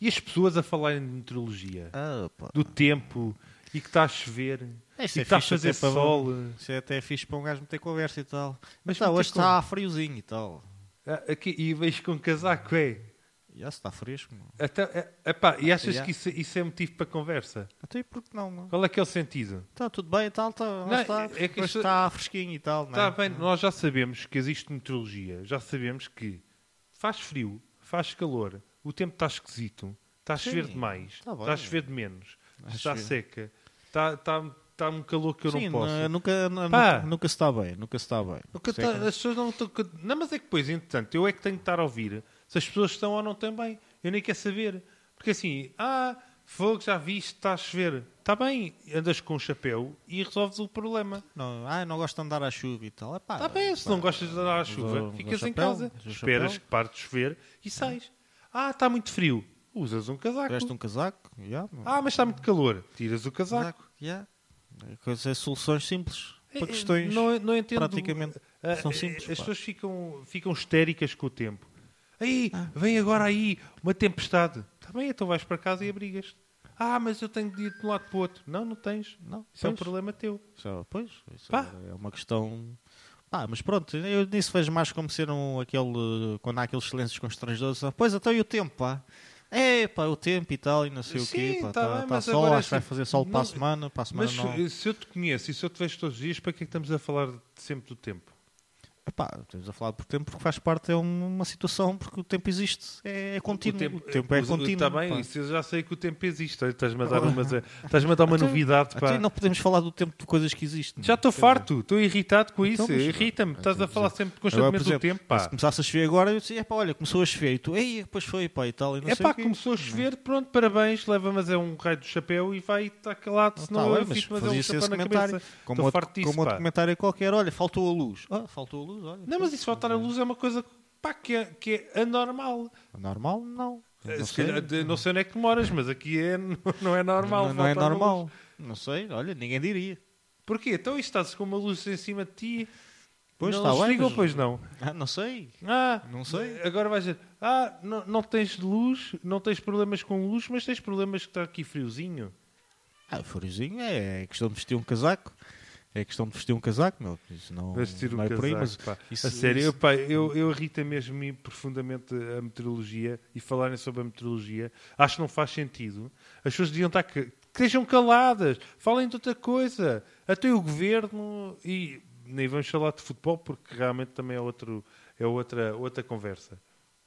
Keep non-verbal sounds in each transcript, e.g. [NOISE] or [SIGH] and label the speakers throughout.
Speaker 1: E as pessoas a falarem de meteorologia,
Speaker 2: Ah, pá.
Speaker 1: do tempo, e que está a chover, e
Speaker 2: Isso
Speaker 1: que
Speaker 2: é
Speaker 1: está a
Speaker 2: fixe
Speaker 1: fazer
Speaker 2: até para-
Speaker 1: sol.
Speaker 2: Isso é até fixe para um gajo meter conversa e tal.
Speaker 1: Mas
Speaker 2: Mas tá,
Speaker 1: meter
Speaker 2: hoje
Speaker 1: com-
Speaker 2: está friozinho e tal.
Speaker 1: Ah, aqui- e vejo com casaco, é.
Speaker 2: Já se está fresco. Mano.
Speaker 1: Até, é- epá, e achas
Speaker 2: Yeah.
Speaker 1: que isso, isso é motivo para conversa?
Speaker 2: Até porque não, mano.
Speaker 1: Qual é que é o sentido?
Speaker 2: Está tudo bem e tal, tá,
Speaker 1: Não,
Speaker 2: lá está.
Speaker 1: é que
Speaker 2: Hoje
Speaker 1: isto-
Speaker 2: está fresquinho e tal, não é?
Speaker 1: Está Tá bem, nós já sabemos que existe meteorologia, já sabemos que faz frio, faz calor, o tempo está esquisito, está a chover
Speaker 2: Sim,
Speaker 1: demais,
Speaker 2: está bem.
Speaker 1: está Tá a chover de menos,
Speaker 2: a
Speaker 1: está
Speaker 2: chover.
Speaker 1: seca, está, está, está um calor que eu
Speaker 2: Sim,
Speaker 1: não posso.
Speaker 2: n- nunca, n-
Speaker 1: Pá.
Speaker 2: nunca, nunca se está bem, nunca se está bem.
Speaker 1: O que eu
Speaker 2: Isso é
Speaker 1: ta-
Speaker 2: que-
Speaker 1: As pessoas não estão. Não, mas é que depois, entretanto, eu é que tenho que estar a ouvir se as pessoas estão ou não estão bem. Eu nem quero saber. Porque assim, ah, fogo, já viste, está a chover. Está bem, andas com um chapéu e resolves o problema.
Speaker 2: Não, ah, eu não gosto de andar à chuva e tal. É Epá,
Speaker 1: Está Ah, tá bem, se não é um gostas de andar à chuva,
Speaker 2: usa o
Speaker 1: ficas em
Speaker 2: chapéu,
Speaker 1: casa,
Speaker 2: usa o
Speaker 1: esperas
Speaker 2: chapéu.
Speaker 1: que parte de chover e sais. Ah, está muito frio, usas um casaco.
Speaker 2: Veste um casaco, já. mano.
Speaker 1: Ah, mas está muito calor, tiras o casaco.
Speaker 2: já. É coisa- é soluções simples
Speaker 1: É, é,
Speaker 2: para questões.
Speaker 1: não, não entendo.
Speaker 2: praticamente
Speaker 1: Ah,
Speaker 2: são
Speaker 1: ah,
Speaker 2: simples,
Speaker 1: As
Speaker 2: pá.
Speaker 1: pessoas ficam, ficam histéricas com o tempo. Aí,
Speaker 2: Ah.
Speaker 1: vem agora aí uma tempestade. Está bem, então vais para casa e abrigas. Ah, mas eu tenho de ir de um lado para o outro. Não, não tens.
Speaker 2: Não,
Speaker 1: Isso é um
Speaker 2: pois.
Speaker 1: problema teu.
Speaker 2: Só- pois, isso
Speaker 1: Pá.
Speaker 2: é uma questão. Pá, mas pronto, eu nisso vejo mais como ser um, aquele. Quando há aqueles silêncios constrangedores, ah, pois até e o tempo, pá. É, pá, o tempo e tal, e não sei o quê.
Speaker 1: Sim,
Speaker 2: Está
Speaker 1: tá
Speaker 2: tá,
Speaker 1: bem,
Speaker 2: tá
Speaker 1: mas
Speaker 2: sol,
Speaker 1: agora
Speaker 2: acho que vai
Speaker 1: assim,
Speaker 2: fazer sol para
Speaker 1: não-
Speaker 2: a semana, para a semana
Speaker 1: Mas
Speaker 2: não.
Speaker 1: se- se eu te conheço e se eu te vejo todos os dias, para que é que estamos a falar de- sempre do tempo?
Speaker 2: Epá, estamos a falar por tempo porque faz parte, é um- uma situação, porque o tempo existe, é, é contínuo. O tempo,
Speaker 1: eh,
Speaker 2: é
Speaker 1: o-
Speaker 2: contínuo.
Speaker 1: Está tá bem,
Speaker 2: pá.
Speaker 1: isso eu já sei que o tempo existe. Olha, Estás-me a dar, umas, estás-me a dar uma
Speaker 2: Então-
Speaker 1: novidade.
Speaker 2: Então
Speaker 1: Pá.
Speaker 2: não podemos falar do tempo de coisas que existem.
Speaker 1: Já estou farto, estou irritado com isso.
Speaker 2: Então, mas-
Speaker 1: Irrita-me, estás a
Speaker 2: então,
Speaker 1: falar sempre
Speaker 2: Agora, por
Speaker 1: constantemente do
Speaker 2: exemplo,
Speaker 1: tempo.
Speaker 2: Se
Speaker 1: Pá.
Speaker 2: começasse a chover agora, eu dizia, epá, olha, começou a chover, e tu, ei, depois foi, pá, e tal, e não
Speaker 1: É
Speaker 2: sei
Speaker 1: pá,
Speaker 2: o quê.
Speaker 1: começou a chover, pronto, parabéns, leva-me a fazer um raio do chapéu e vai estar calado,
Speaker 2: Não,
Speaker 1: senão
Speaker 2: tá bem,
Speaker 1: eu
Speaker 2: mas
Speaker 1: fico fazer um
Speaker 2: fazia-se
Speaker 1: chapéu
Speaker 2: esse
Speaker 1: na
Speaker 2: comentário.
Speaker 1: cabeça.
Speaker 2: Como
Speaker 1: Estou
Speaker 2: outro,
Speaker 1: farto disso,
Speaker 2: como outro
Speaker 1: pá.
Speaker 2: comentário qualquer, olha, faltou a luz. Ah, faltou a luz, olha.
Speaker 1: Não, mas isso faltar a luz é uma coisa pá, que, é, que é anormal.
Speaker 2: Normal, não.
Speaker 1: Eh,
Speaker 2: Não
Speaker 1: se
Speaker 2: sei.
Speaker 1: calhar, de- Não sei onde é que moras, mas aqui é, [LAUGHS] não- não é normal.
Speaker 2: Não- não é
Speaker 1: faltar uma
Speaker 2: normal.
Speaker 1: luz.
Speaker 2: Não sei, olha, ninguém diria.
Speaker 1: Porquê? Então isto estás com uma luz em cima de ti.
Speaker 2: Pois,
Speaker 1: não
Speaker 2: tá
Speaker 1: nos
Speaker 2: bem,
Speaker 1: ligam,
Speaker 2: mas-
Speaker 1: pois não.
Speaker 2: Ah, não sei.
Speaker 1: Ah,
Speaker 2: Não sei.
Speaker 1: Agora vais dizer, ah, não, não tens luz, não tens problemas com luz, mas tens problemas que está aqui friozinho.
Speaker 2: Ah, friozinho é é questão de vestir um casaco. É questão de vestir um casaco, meu. Isso não,
Speaker 1: vestir o
Speaker 2: não é
Speaker 1: casaco,
Speaker 2: por aí, mas
Speaker 1: pá.
Speaker 2: isso-
Speaker 1: a sério,
Speaker 2: isso-
Speaker 1: eu, pá, eu, eu irrita mesmo profundamente a meteorologia e falarem sobre a meteorologia. Acho que não faz sentido. As pessoas deviam estar que, que estejam caladas, falem de outra coisa. Até o governo e nem vamos falar de futebol porque realmente também é outro é outra outra conversa.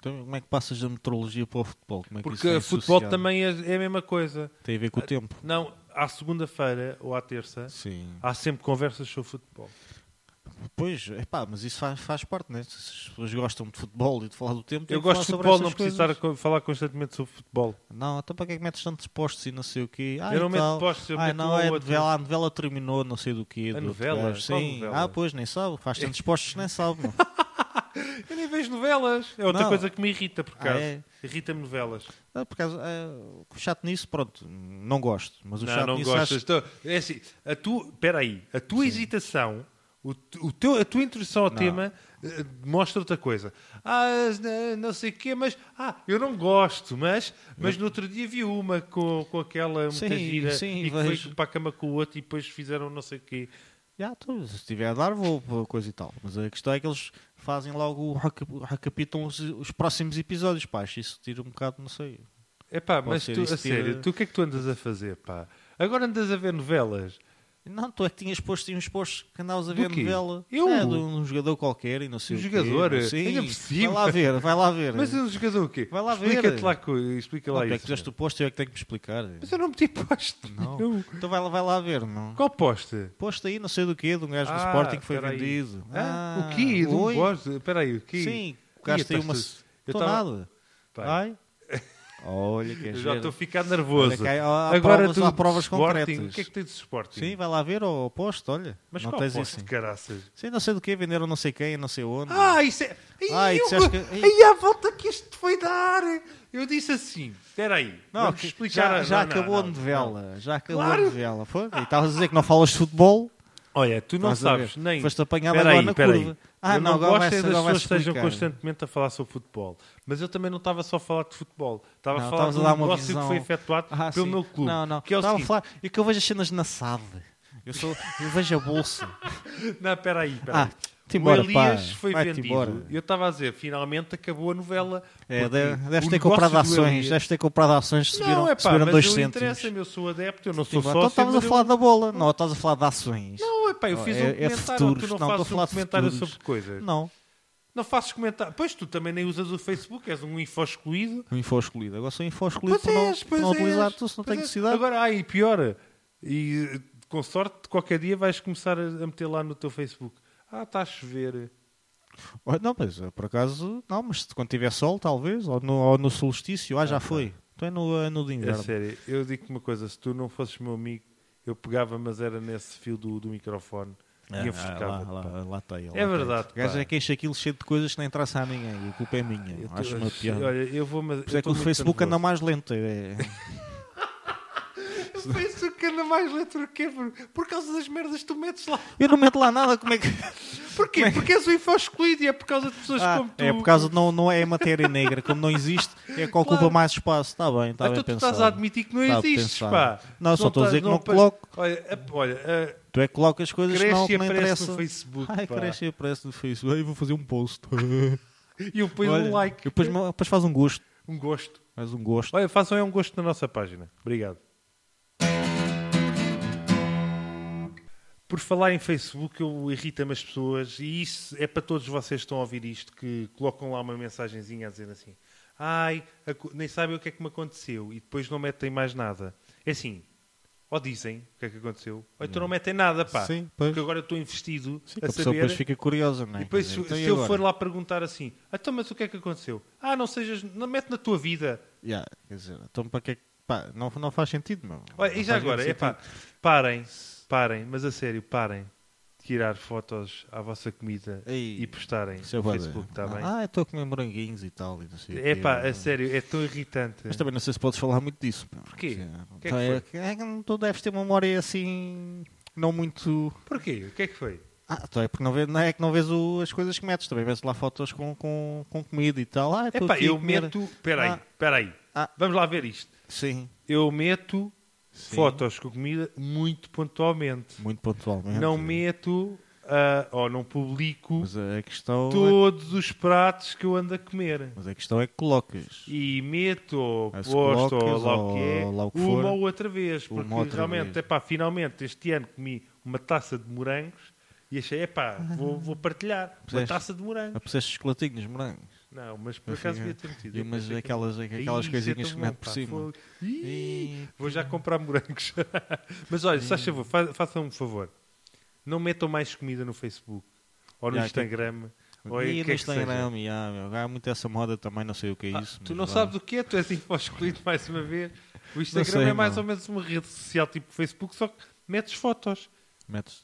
Speaker 2: Então, como é que passas da meteorologia para o futebol? Como é que isso
Speaker 1: Porque
Speaker 2: é
Speaker 1: futebol
Speaker 2: associado?
Speaker 1: também Ah, é, é a mesma coisa.
Speaker 2: tem a ver com o tempo.
Speaker 1: Não, à segunda-feira ou à terça
Speaker 2: Sim.
Speaker 1: há sempre conversas sobre futebol.
Speaker 2: Pois, é pá, mas isso faz, faz parte, né? Se as pessoas gostam de futebol e de falar do tempo, têm
Speaker 1: Eu
Speaker 2: que
Speaker 1: gosto
Speaker 2: falar
Speaker 1: de
Speaker 2: sobre
Speaker 1: futebol,
Speaker 2: essas
Speaker 1: não preciso estar
Speaker 2: coisas.
Speaker 1: a co- falar constantemente sobre futebol.
Speaker 2: Não, então para que é que metes tantos postos e não sei o quê? Ah,
Speaker 1: Eu não
Speaker 2: e
Speaker 1: meto
Speaker 2: tal.
Speaker 1: postos, eu
Speaker 2: ah,
Speaker 1: meto um
Speaker 2: não,
Speaker 1: ou
Speaker 2: é
Speaker 1: outro.
Speaker 2: novela, a novela terminou, não sei do quê. do outro
Speaker 1: novela?
Speaker 2: gajo.
Speaker 1: Qual
Speaker 2: Sim.
Speaker 1: novela?
Speaker 2: Ah, pois, nem sabe.
Speaker 1: [LAUGHS]
Speaker 2: Faz tantos postos que nem sabe. meu.
Speaker 1: Eu nem vejo novelas. É outra
Speaker 2: Não.
Speaker 1: coisa que me irrita, por acaso.
Speaker 2: Ah, é?
Speaker 1: Irrita-me novelas.
Speaker 2: Ah, por acaso, ah, o chato nisso, pronto, não gosto. Mas o
Speaker 1: não,
Speaker 2: chato
Speaker 1: não
Speaker 2: nisso
Speaker 1: gostas.
Speaker 2: acho-
Speaker 1: Então, É assim, a tua, espera aí, a tua hesitação, o, te- o teu, a tua introdução ao tema eh, mostra outra coisa. Ah, n- não sei o quê, mas... Ah, eu não gosto, mas... Mas no outro dia vi uma com, com aquela muita
Speaker 2: Sim,
Speaker 1: gira
Speaker 2: sim,
Speaker 1: e que foi
Speaker 2: vejo.
Speaker 1: para a cama com o outro e depois fizeram não sei o quê.
Speaker 2: Já, tu, "Ah, então, se estiver a dar, vou vou coisa e tal. Mas a questão é que eles fazem logo, reca- recapitulam os, os próximos episódios, pá. Acho isso tira um bocado, não sei.
Speaker 1: É pá,
Speaker 2: Pode
Speaker 1: mas
Speaker 2: ser
Speaker 1: tu,
Speaker 2: isso
Speaker 1: a
Speaker 2: tira-
Speaker 1: sério, tu o que é que tu andas a fazer, pá? Agora andas a ver novelas.
Speaker 2: Não, tu é que tinhas posto, tinhas posto que andavas a
Speaker 1: Do
Speaker 2: ver
Speaker 1: quê?
Speaker 2: novela.
Speaker 1: Eu?
Speaker 2: É, de um jogador qualquer e não sei
Speaker 1: Um
Speaker 2: o quê.
Speaker 1: jogador?
Speaker 2: Não sei.
Speaker 1: Ainda por cima.
Speaker 2: Vai lá ver, vai lá ver.
Speaker 1: Mas
Speaker 2: não,
Speaker 1: um jogador o quê?
Speaker 2: Vai lá ver.
Speaker 1: Explica-te lá, co- explica lá
Speaker 2: tu é que
Speaker 1: isso.
Speaker 2: fizeste o posto, eu é que tenho que me explicar.
Speaker 1: Mas eu não meti poste.
Speaker 2: Não.
Speaker 1: nenhum.
Speaker 2: Então vai, lá- vai lá ver, não.
Speaker 1: Qual poste?
Speaker 2: Posto aí, não sei do quê, de um gajo do
Speaker 1: Ah,
Speaker 2: Sporting que foi
Speaker 1: peraí.
Speaker 2: vendido.
Speaker 1: Hã?
Speaker 2: Ah,
Speaker 1: o quê? De um
Speaker 2: oi?
Speaker 1: poste? Espera aí, o quê?
Speaker 2: Sim,
Speaker 1: Ih,
Speaker 2: gastei uma.
Speaker 1: estás- eu
Speaker 2: Estou
Speaker 1: tava-
Speaker 2: nada.
Speaker 1: Pá, [LAUGHS]
Speaker 2: Ai. Olha que é
Speaker 1: eu já estou
Speaker 2: giro.
Speaker 1: a ficar nervoso.
Speaker 2: Olha que há- há provas- há provas
Speaker 1: Sporting,
Speaker 2: concretas.
Speaker 1: O que é que tem de Sporting?
Speaker 2: Sim, vai lá ver ao ao posto, olha.
Speaker 1: Mas
Speaker 2: não
Speaker 1: qual
Speaker 2: tens
Speaker 1: poste,
Speaker 2: isso.
Speaker 1: caraças?
Speaker 2: Sim, não sei do quê, venderam não sei quem, não sei onde.
Speaker 1: Ah, isso é...
Speaker 2: Ah,
Speaker 1: Ai,
Speaker 2: e
Speaker 1: eu...
Speaker 2: disseste que-
Speaker 1: Ai, a volta que isto foi dar. Eu disse assim, espera aí.
Speaker 2: Não,
Speaker 1: vamos
Speaker 2: que-
Speaker 1: explicar...
Speaker 2: já,
Speaker 1: a-
Speaker 2: já
Speaker 1: não, não,
Speaker 2: acabou
Speaker 1: não,
Speaker 2: a novela. Já acabou
Speaker 1: Claro.
Speaker 2: a novela. Foi? E estavas a dizer que não falas de futebol?
Speaker 1: Olha, tu não
Speaker 2: Estás a
Speaker 1: sabes
Speaker 2: ver?
Speaker 1: nem.
Speaker 2: Foste apanhado
Speaker 1: Espera
Speaker 2: agora
Speaker 1: aí,
Speaker 2: na
Speaker 1: espera aí.
Speaker 2: curva. Ah,
Speaker 1: eu
Speaker 2: não,
Speaker 1: não,
Speaker 2: agora
Speaker 1: gosto
Speaker 2: vais-
Speaker 1: é das
Speaker 2: agora vais
Speaker 1: pessoas que estejam
Speaker 2: explicar.
Speaker 1: constantemente a falar sobre futebol. Mas eu também não estava só a falar de futebol. Estava
Speaker 2: Não,
Speaker 1: a falar
Speaker 2: estavas
Speaker 1: de
Speaker 2: a
Speaker 1: um
Speaker 2: dar uma
Speaker 1: negócio
Speaker 2: visão.
Speaker 1: que foi efetuado
Speaker 2: Ah,
Speaker 1: pelo
Speaker 2: sim.
Speaker 1: meu clube.
Speaker 2: Não, não.
Speaker 1: Que é o
Speaker 2: Estava a
Speaker 1: seguinte-
Speaker 2: falar. É que eu vejo as cenas na SAD. Eu, sou... eu vejo a bolsa.
Speaker 1: Não, [LAUGHS] espera aí, espera
Speaker 2: Ah,
Speaker 1: aí.
Speaker 2: te embora,
Speaker 1: o Elias
Speaker 2: pá.
Speaker 1: foi
Speaker 2: Vai-te
Speaker 1: vendido.
Speaker 2: embora.
Speaker 1: Eu estava a dizer, finalmente acabou a novela.
Speaker 2: É,
Speaker 1: porque
Speaker 2: de- deves
Speaker 1: o
Speaker 2: ter
Speaker 1: negócio
Speaker 2: comprado
Speaker 1: do
Speaker 2: ações.
Speaker 1: Elias-
Speaker 2: Deves ter comprado ações. Subiram,
Speaker 1: não, é pá,
Speaker 2: subiram
Speaker 1: mas
Speaker 2: dois
Speaker 1: eu
Speaker 2: cêntimos.
Speaker 1: interessa-me, eu sou adepto, eu não
Speaker 2: Sim,
Speaker 1: sou
Speaker 2: bom,
Speaker 1: sócio.
Speaker 2: então estavas a
Speaker 1: mas eu-
Speaker 2: falar da bola. Não, estavas a falar de ações.
Speaker 1: Não, é pá, eu fiz
Speaker 2: é-
Speaker 1: um
Speaker 2: é
Speaker 1: comentário, ou tu
Speaker 2: futuros,
Speaker 1: não,
Speaker 2: não, estou a
Speaker 1: fazes
Speaker 2: falar
Speaker 1: um
Speaker 2: de
Speaker 1: comentário
Speaker 2: futuros.
Speaker 1: sobre coisas.
Speaker 2: Não.
Speaker 1: Não fazes comentário. Pois tu também nem usas o Facebook, és um info excluído.
Speaker 2: Um info excluído. Agora sou um info excluído
Speaker 1: Pois
Speaker 2: por não,
Speaker 1: és,
Speaker 2: por
Speaker 1: pois
Speaker 2: não
Speaker 1: és,
Speaker 2: utilizar tu se não
Speaker 1: pois
Speaker 2: tenho
Speaker 1: és.
Speaker 2: necessidade.
Speaker 1: Agora, ai, Ah, pior. E eh, com sorte, qualquer dia vais começar a a meter lá no teu Facebook. Ah, está a chover.
Speaker 2: Olha, Não, mas eh, por acaso, não, mas se- quando tiver sol, talvez, ou no, ou no solstício, ah, já foi. Então é no, é no de
Speaker 1: tá. É
Speaker 2: inverno.
Speaker 1: sério, eu digo-te uma coisa: se tu não fosses meu amigo, eu pegava, mas era nesse fio do, do microfone
Speaker 2: Ah,
Speaker 1: e
Speaker 2: ah,
Speaker 1: enforcava.
Speaker 2: lá, lá, lá está ele.
Speaker 1: É verdade,
Speaker 2: O gajo
Speaker 1: pá.
Speaker 2: é que enche aquilo cheio de coisas que nem traça a ninguém. E a culpa é minha.
Speaker 1: Eu tô-
Speaker 2: Acho uma piada.
Speaker 1: Olha, eu vou, mas.
Speaker 2: Por isso é que o Facebook anda mais
Speaker 1: [LAUGHS]
Speaker 2: lento. é-
Speaker 1: O Facebook anda mais letra quê? Por, por causa das merdas que tu metes lá.
Speaker 2: Eu não meto lá nada, como é que.
Speaker 1: [LAUGHS] Porquê? Porque és o info excluído e é por causa de pessoas
Speaker 2: Ah,
Speaker 1: como tu.
Speaker 2: é por causa de não, não é matéria negra, como não existe, é que ocupa
Speaker 1: Claro.
Speaker 2: mais espaço. Está bem, está bem
Speaker 1: então tu
Speaker 2: pensado.
Speaker 1: estás a admitir que não
Speaker 2: Está
Speaker 1: existes,
Speaker 2: pensado.
Speaker 1: pá.
Speaker 2: Não, só estou
Speaker 1: estás-
Speaker 2: a dizer que não
Speaker 1: apare-
Speaker 2: coloco.
Speaker 1: Olha, a- olha a-
Speaker 2: Tu é que colocas coisas que não,
Speaker 1: cresce e
Speaker 2: que não
Speaker 1: aparece
Speaker 2: interessa.
Speaker 1: no Facebook,
Speaker 2: Ai,
Speaker 1: pá.
Speaker 2: cresce e aparece no Facebook. Ai, vou fazer um post.
Speaker 1: E eu ponho
Speaker 2: Olha,
Speaker 1: Ah, um like.
Speaker 2: Depois, depois faz um gosto.
Speaker 1: Um gosto.
Speaker 2: Faz um gosto.
Speaker 1: Olha, façam aí um gosto na nossa página. Obrigado. Por falar em Facebook, eu irrita-me as pessoas, e isso é para todos vocês que estão a ouvir isto, que colocam lá uma mensagenzinha a dizer assim: Ai, aco- nem sabem o que é que me aconteceu, e depois não metem mais nada. É assim, ou dizem o que é que aconteceu, ou então não metem nada, pá.
Speaker 2: Sim, pois.
Speaker 1: Porque agora eu estou investido
Speaker 2: Sim, que
Speaker 1: a
Speaker 2: a pessoa
Speaker 1: saber.
Speaker 2: depois fica curiosa, não é?
Speaker 1: E depois,
Speaker 2: Quer
Speaker 1: se,
Speaker 2: dizer, então,
Speaker 1: se
Speaker 2: e
Speaker 1: eu
Speaker 2: agora?
Speaker 1: for lá perguntar assim: Então, mas o que é que aconteceu? Ah, não sejas, não mete na tua vida.
Speaker 2: Ya, quer dizer, então para que é que- pá, não, não faz sentido, meu.
Speaker 1: Olha, e
Speaker 2: Não
Speaker 1: já
Speaker 2: faz
Speaker 1: agora,
Speaker 2: muito
Speaker 1: é pá, parem, parem, mas a sério, parem de tirar fotos à vossa comida
Speaker 2: Ei,
Speaker 1: e postarem
Speaker 2: Isso é
Speaker 1: no
Speaker 2: bué.
Speaker 1: Facebook, está bem?
Speaker 2: Ah, eu estou a comer moranguinhos e tal. E não sei o
Speaker 1: é
Speaker 2: quê.
Speaker 1: pá, a sério, é tão irritante.
Speaker 2: Mas também não sei se podes falar muito disso. pá.
Speaker 1: Porquê?
Speaker 2: Sim.
Speaker 1: que é
Speaker 2: Então
Speaker 1: que
Speaker 2: é que- é que tu deves ter uma memória assim, não muito.
Speaker 1: Porquê? O que é que foi?
Speaker 2: Ah, então é porque não, vê, não é que não vês o- as coisas que metes, também vês lá fotos com, com, com comida e tal. Ah,
Speaker 1: É
Speaker 2: estou
Speaker 1: pá,
Speaker 2: aqui a
Speaker 1: eu
Speaker 2: comer-
Speaker 1: meto. Espera aí,
Speaker 2: Ah.
Speaker 1: espera aí.
Speaker 2: Ah.
Speaker 1: Vamos lá ver isto.
Speaker 2: Sim,
Speaker 1: Eu meto
Speaker 2: Sim.
Speaker 1: fotos com comida muito pontualmente.
Speaker 2: muito pontualmente.
Speaker 1: Não meto, ah, ou não publico
Speaker 2: é Mas a questão. É,
Speaker 1: todos os pratos que eu ando a comer.
Speaker 2: mas a questão é que colocas.
Speaker 1: e meto ou
Speaker 2: As
Speaker 1: posto ou
Speaker 2: colocas,
Speaker 1: lá o que é,
Speaker 2: ou lá o que for.
Speaker 1: uma ou outra vez,
Speaker 2: Uma
Speaker 1: porque
Speaker 2: outra vez.
Speaker 1: realmente, é pá, finalmente este ano comi uma taça de morangos e achei, é pá, vou, vou partilhar uma
Speaker 2: Puseste-
Speaker 1: taça de morangos.
Speaker 2: Apetece chocolatinho nos morangos.
Speaker 1: Não, mas por
Speaker 2: Mas
Speaker 1: acaso
Speaker 2: fica-
Speaker 1: devia ter metido.
Speaker 2: e umas
Speaker 1: Achei que-
Speaker 2: aquelas-
Speaker 1: Ih,
Speaker 2: aquelas
Speaker 1: isso é
Speaker 2: coisinhas
Speaker 1: tão
Speaker 2: que mete
Speaker 1: bom,
Speaker 2: por
Speaker 1: pá,
Speaker 2: cima.
Speaker 1: fogo. Ih,
Speaker 2: Ih,
Speaker 1: Vou já comprar morangos. [LAUGHS] mas olha, se faz favor, fa- façam um favor. Não metam mais comida no Facebook ou no
Speaker 2: Já, que-
Speaker 1: Instagram. Ou em
Speaker 2: e
Speaker 1: que é
Speaker 2: no
Speaker 1: que seja.
Speaker 2: Instagram, já, meu, há muito essa moda também, não sei o que é
Speaker 1: Ah,
Speaker 2: isso.
Speaker 1: tu
Speaker 2: mas
Speaker 1: não
Speaker 2: vá.
Speaker 1: sabes o que é, tu és infoscolido mais uma vez. O Instagram
Speaker 2: sei,
Speaker 1: é mais
Speaker 2: não.
Speaker 1: ou menos uma rede social tipo Facebook, só que metes fotos.
Speaker 2: Metes,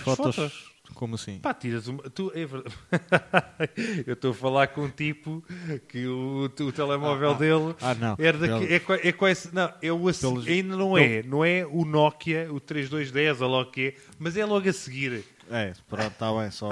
Speaker 1: Metes
Speaker 2: fotos,
Speaker 1: fotos.
Speaker 2: Como assim?
Speaker 1: Pá, tiras uma. Tu, é verdade. [LAUGHS] Eu estou a falar com um tipo que o, o telemóvel
Speaker 2: Ah, ah,
Speaker 1: dele
Speaker 2: ah, não.
Speaker 1: era daqui-
Speaker 2: Pelo-
Speaker 1: é, qua- é quase. Não, é o a se-
Speaker 2: Pelos-
Speaker 1: ainda não é. Não é o Nokia, o 3210 ou lá o que é, mas é logo a seguir.
Speaker 2: É, pronto, está bem, só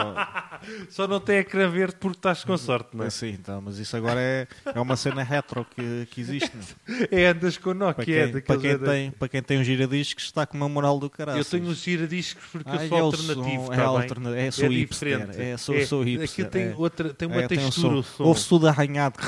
Speaker 1: Só não tem ecrã verde porque estás com sorte, [LAUGHS] não é?
Speaker 2: assim, então, mas isso agora é, é uma cena retro que, que
Speaker 1: [LAUGHS]
Speaker 2: existe. Não?
Speaker 1: É andas com
Speaker 2: Para,
Speaker 1: Nokia. é
Speaker 2: quem, para,
Speaker 1: daqueles-
Speaker 2: quem tem, para quem tem um giradiscos, está com uma moral do caralho.
Speaker 1: Eu tenho um os giradiscos porque
Speaker 2: Ah,
Speaker 1: eu sou
Speaker 2: é o
Speaker 1: alternativo.
Speaker 2: som,
Speaker 1: tá
Speaker 2: é
Speaker 1: bem?
Speaker 2: alterna- é, sou hipster, é, sou- sou hipster,
Speaker 1: Aquilo tem,
Speaker 2: é.
Speaker 1: outra, tem uma
Speaker 2: É, tem um
Speaker 1: textura. o
Speaker 2: som.
Speaker 1: som.
Speaker 2: Ouve-se tudo arranhado.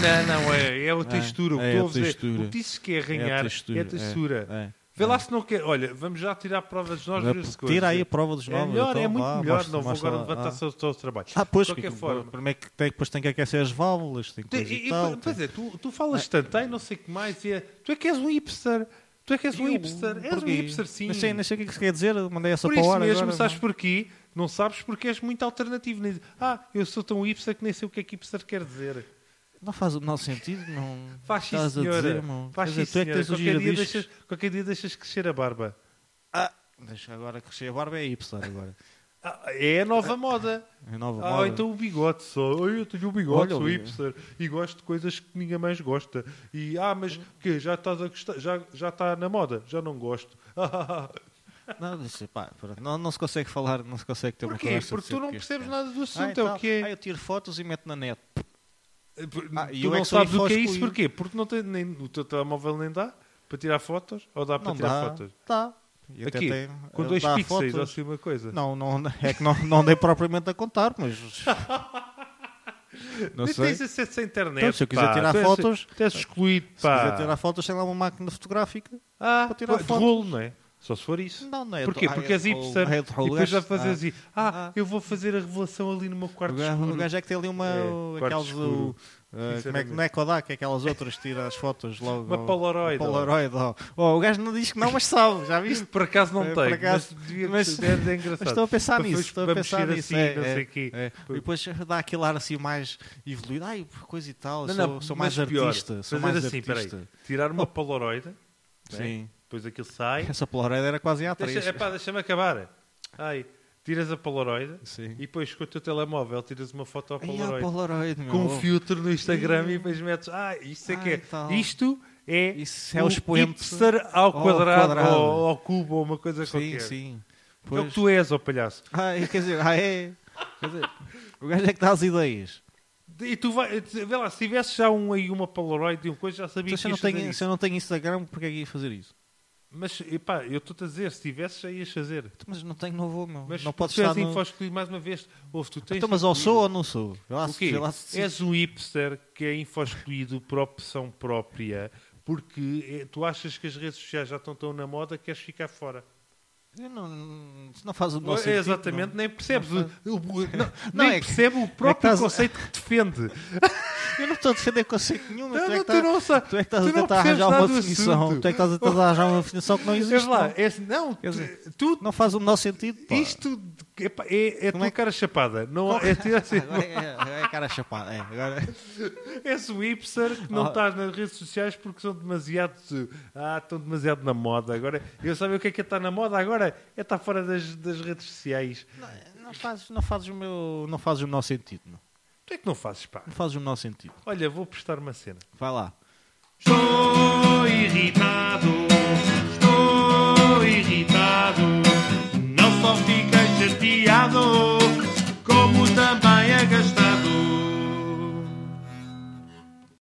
Speaker 1: Não, não, é, é a textura. o que
Speaker 2: [LAUGHS] é
Speaker 1: tu
Speaker 2: a
Speaker 1: ouves é-
Speaker 2: textura.
Speaker 1: O que dizes que é arranhar é a textura.
Speaker 2: é,
Speaker 1: Vê lá se não quer. Olha, vamos já tirar provas de nós.
Speaker 2: é.
Speaker 1: ver as coisas.
Speaker 2: Tira aí a prova dos
Speaker 1: É
Speaker 2: novos.
Speaker 1: melhor,
Speaker 2: então,
Speaker 1: é muito
Speaker 2: vá,
Speaker 1: melhor.
Speaker 2: mostra-
Speaker 1: não vou
Speaker 2: mostra
Speaker 1: agora
Speaker 2: lá.
Speaker 1: levantar só os teus trabalhos.
Speaker 2: Ah, pois,
Speaker 1: de qualquer
Speaker 2: que-
Speaker 1: forma.
Speaker 2: Primeiro que tem, depois tem que aquecer as válvulas. Tem
Speaker 1: E,
Speaker 2: coisa e,
Speaker 1: e-
Speaker 2: tal,
Speaker 1: pois é, tu, tu falas tanto, ai, não sei o que mais. E é, tu é que és um hipster. Tu é que és um
Speaker 2: Eu-
Speaker 1: hipster. És um
Speaker 2: porquê?
Speaker 1: hipster, sim.
Speaker 2: Não sei, não sei o que é que se quer dizer, mandei essa
Speaker 1: Por
Speaker 2: para a
Speaker 1: isso
Speaker 2: hora.
Speaker 1: mesmo,
Speaker 2: agora,
Speaker 1: sabes
Speaker 2: não.
Speaker 1: porquê? Não sabes porque és muito alternativo. Nem- Ah, eu sou tão hipster que nem sei o que é que hipster quer dizer.
Speaker 2: Não faz o menor sentido, não.
Speaker 1: Faz sim,
Speaker 2: estás a
Speaker 1: senhora.
Speaker 2: dizer, irmão.
Speaker 1: Faz
Speaker 2: Quer
Speaker 1: sim,
Speaker 2: dizer, tu é que
Speaker 1: senhora.
Speaker 2: tens os
Speaker 1: Qualquer dia,
Speaker 2: giradiscos.
Speaker 1: deixas, qualquer dia deixas crescer a barba.
Speaker 2: Ah, deixa agora crescer a barba é hipster agora.
Speaker 1: Ah, é a nova moda.
Speaker 2: É nova
Speaker 1: Ah,
Speaker 2: moda.
Speaker 1: então o bigode só. "Ai, Eu tenho o bigode,
Speaker 2: Olha,
Speaker 1: sou
Speaker 2: olha.
Speaker 1: hipster. E gosto de coisas que ninguém mais gosta.
Speaker 2: Hum.
Speaker 1: [LAUGHS] E, ah, mas que já estás a gostar, já, já está na moda, já não gosto.
Speaker 2: Não, disse, pá, pronto, não, não se consegue falar, não se consegue ter uma
Speaker 1: Porquê?
Speaker 2: conversa.
Speaker 1: Porque tu não percebes nada do
Speaker 2: Ah,
Speaker 1: assunto, é
Speaker 2: então,
Speaker 1: o que é.
Speaker 2: ah, eu tiro fotos e meto na net. Ah, e
Speaker 1: Eh, tu
Speaker 2: eu é
Speaker 1: não
Speaker 2: que sou
Speaker 1: sabes o que é
Speaker 2: infoscluído.
Speaker 1: isso, porquê? Porque não tem, nem, o teu telemóvel nem dá para tirar fotos, ou dá para
Speaker 2: não
Speaker 1: tirar
Speaker 2: dá, Tá.
Speaker 1: fotos?
Speaker 2: Dá. E até
Speaker 1: Aqui,
Speaker 2: tem,
Speaker 1: com
Speaker 2: eh,
Speaker 1: dois
Speaker 2: dá
Speaker 1: pixels
Speaker 2: fotos.
Speaker 1: ou assim uma coisa.
Speaker 2: Não, não, é que não, não dei propriamente a contar,
Speaker 1: [LAUGHS]
Speaker 2: mas. Não
Speaker 1: Nem
Speaker 2: sei.
Speaker 1: tens acesso à internet.
Speaker 2: Então, se eu quiser
Speaker 1: é pá,
Speaker 2: tirar
Speaker 1: tu és-
Speaker 2: fotos-
Speaker 1: Tu és excluído,
Speaker 2: Se
Speaker 1: pá.
Speaker 2: quiser tirar fotos, tem lá uma máquina fotográfica.
Speaker 1: ah,
Speaker 2: para tirar
Speaker 1: de
Speaker 2: fotos.
Speaker 1: rolo, não é? Só se for isso.
Speaker 2: Não, não é
Speaker 1: Porquê?
Speaker 2: do- ah,
Speaker 1: Porque és
Speaker 2: é do-
Speaker 1: hipster
Speaker 2: é
Speaker 1: e
Speaker 2: do rolo,
Speaker 1: depois já
Speaker 2: gajo-
Speaker 1: fazes
Speaker 2: ah,
Speaker 1: assim. Ah,
Speaker 2: ah.
Speaker 1: eu vou fazer a revelação ali no meu
Speaker 2: O
Speaker 1: quarto
Speaker 2: gajo, o
Speaker 1: escuro.
Speaker 2: gajo é que tem ali uma.
Speaker 1: É,
Speaker 2: o-
Speaker 1: quarto
Speaker 2: aquelas do.
Speaker 1: escuro.
Speaker 2: eh, como é que,
Speaker 1: Sinceramente.
Speaker 2: não é Kodak, é aquelas outras que tira as fotos logo.
Speaker 1: Uma Polaroid, ó.
Speaker 2: Uma Polaroid. ó. Ó, o gagajo não diz que não, mas sabe,
Speaker 1: [LAUGHS]
Speaker 2: já viste?
Speaker 1: Por acaso não
Speaker 2: É, por
Speaker 1: tenho,
Speaker 2: acaso,
Speaker 1: mas devia
Speaker 2: mas-
Speaker 1: mas, é engraçado.
Speaker 2: Mas estou a pensar
Speaker 1: Depois
Speaker 2: nisso, estou a
Speaker 1: para
Speaker 2: pensar
Speaker 1: mexer
Speaker 2: nisso.
Speaker 1: assim,
Speaker 2: é,
Speaker 1: não
Speaker 2: é,
Speaker 1: sei quê.
Speaker 2: é. E depois dá aquele ar assim mais evoluído. Ai, coisa e tal,
Speaker 1: Não,
Speaker 2: sou,
Speaker 1: não,
Speaker 2: sou
Speaker 1: mas
Speaker 2: mais
Speaker 1: pior,
Speaker 2: artista. Sou
Speaker 1: fazer
Speaker 2: mais
Speaker 1: assim, peraí,
Speaker 2: artista.
Speaker 1: tirar uma polaroid, né?
Speaker 2: Sim.
Speaker 1: depois aquilo sai.
Speaker 2: Essa Polaroid era quase a
Speaker 1: Deixa, é
Speaker 2: três
Speaker 1: epá, deixa-me acabar. Ai, tiras a polaroid
Speaker 2: Sim.
Speaker 1: e depois com o teu telemóvel tiras uma foto à
Speaker 2: Ai, a
Speaker 1: polaroid.
Speaker 2: Polaroid, meu.
Speaker 1: com um filtro no Instagram e depois metes. Ah, isto é que
Speaker 2: Ai,
Speaker 1: é.
Speaker 2: tal.
Speaker 1: Isto é,
Speaker 2: Isso é o
Speaker 1: um
Speaker 2: expoente
Speaker 1: hipster ao
Speaker 2: ao
Speaker 1: quadrado,
Speaker 2: quadrado.
Speaker 1: Ou ao cubo ou uma coisa
Speaker 2: Sim,
Speaker 1: qualquer.
Speaker 2: sim.
Speaker 1: É o que tu és, ó palhaço.
Speaker 2: Ah, é, quer dizer, ah, é. Quer dizer, o gajo é que dá as ideias.
Speaker 1: E tu vai, vê lá, se tivesse já um, aí uma Polaroid e uma coisa, já sabia
Speaker 2: Então, se,
Speaker 1: que
Speaker 2: eu não
Speaker 1: ias fazer
Speaker 2: tenho,
Speaker 1: isso.
Speaker 2: se eu não tenho Instagram, porque é que ia fazer isso?
Speaker 1: Mas, epá, eu estou-te a dizer, se tivesse, já ias fazer.
Speaker 2: Então, Mas não tenho, não vou, meu.
Speaker 1: Mas
Speaker 2: não podes
Speaker 1: tu
Speaker 2: estar
Speaker 1: és
Speaker 2: no...
Speaker 1: infoscluído mais uma vez. Ouve, tu tens...
Speaker 2: Então, mas ou sou ou não sou? Vê lá
Speaker 1: O
Speaker 2: se-
Speaker 1: quê?
Speaker 2: vê lá se-
Speaker 1: És um hipster que é infoscluído por opção própria porque eh, tu achas que as redes sociais já estão tão na moda que queres ficar fora.
Speaker 2: Eu não, isso não faz o
Speaker 1: Não,
Speaker 2: nosso
Speaker 1: é exatamente, nem percebes. o- o- o- não-
Speaker 2: Não,
Speaker 1: nem
Speaker 2: é que-
Speaker 1: percebe o próprio
Speaker 2: estás-
Speaker 1: conceito que defende.
Speaker 2: Eu não estou a defender conceito nenhum.
Speaker 1: Não,
Speaker 2: tu, é
Speaker 1: não,
Speaker 2: que
Speaker 1: tu
Speaker 2: tá-
Speaker 1: não sa-
Speaker 2: tu é que estás
Speaker 1: tu
Speaker 2: a
Speaker 1: não
Speaker 2: tentar
Speaker 1: percebes
Speaker 2: arranjar uma
Speaker 1: nada do
Speaker 2: definição.
Speaker 1: assunto.
Speaker 2: Tu é que estás a tentar arranjar uma definição que não
Speaker 1: Vês
Speaker 2: existe.
Speaker 1: lá,
Speaker 2: Não,
Speaker 1: és- não,
Speaker 2: Quer dizer,
Speaker 1: tu,
Speaker 2: Não faz o menor sentido. pá.
Speaker 1: Isto de- epá, é, é
Speaker 2: Como
Speaker 1: tua
Speaker 2: é que-
Speaker 1: cara chapada. Não, é, é, assim,
Speaker 2: [LAUGHS] Agora é, é, é cara chapada. É, agora...
Speaker 1: és o hipster que não
Speaker 2: Ah.
Speaker 1: estás nas redes sociais porque são demasiado. Ah, estão demasiado na moda. Agora, eu sabia o que é que é estar na moda agora? É estar fora das, das redes sociais.
Speaker 2: é.
Speaker 1: [LAUGHS]
Speaker 2: Não fazes, não fazes o meu, não fazes o menor sentido, não.
Speaker 1: Tu é que não fazes, pá?
Speaker 2: Não fazes o menor sentido.
Speaker 1: Olha, vou prestar uma cena.
Speaker 2: Vai lá.
Speaker 1: Estou irritado.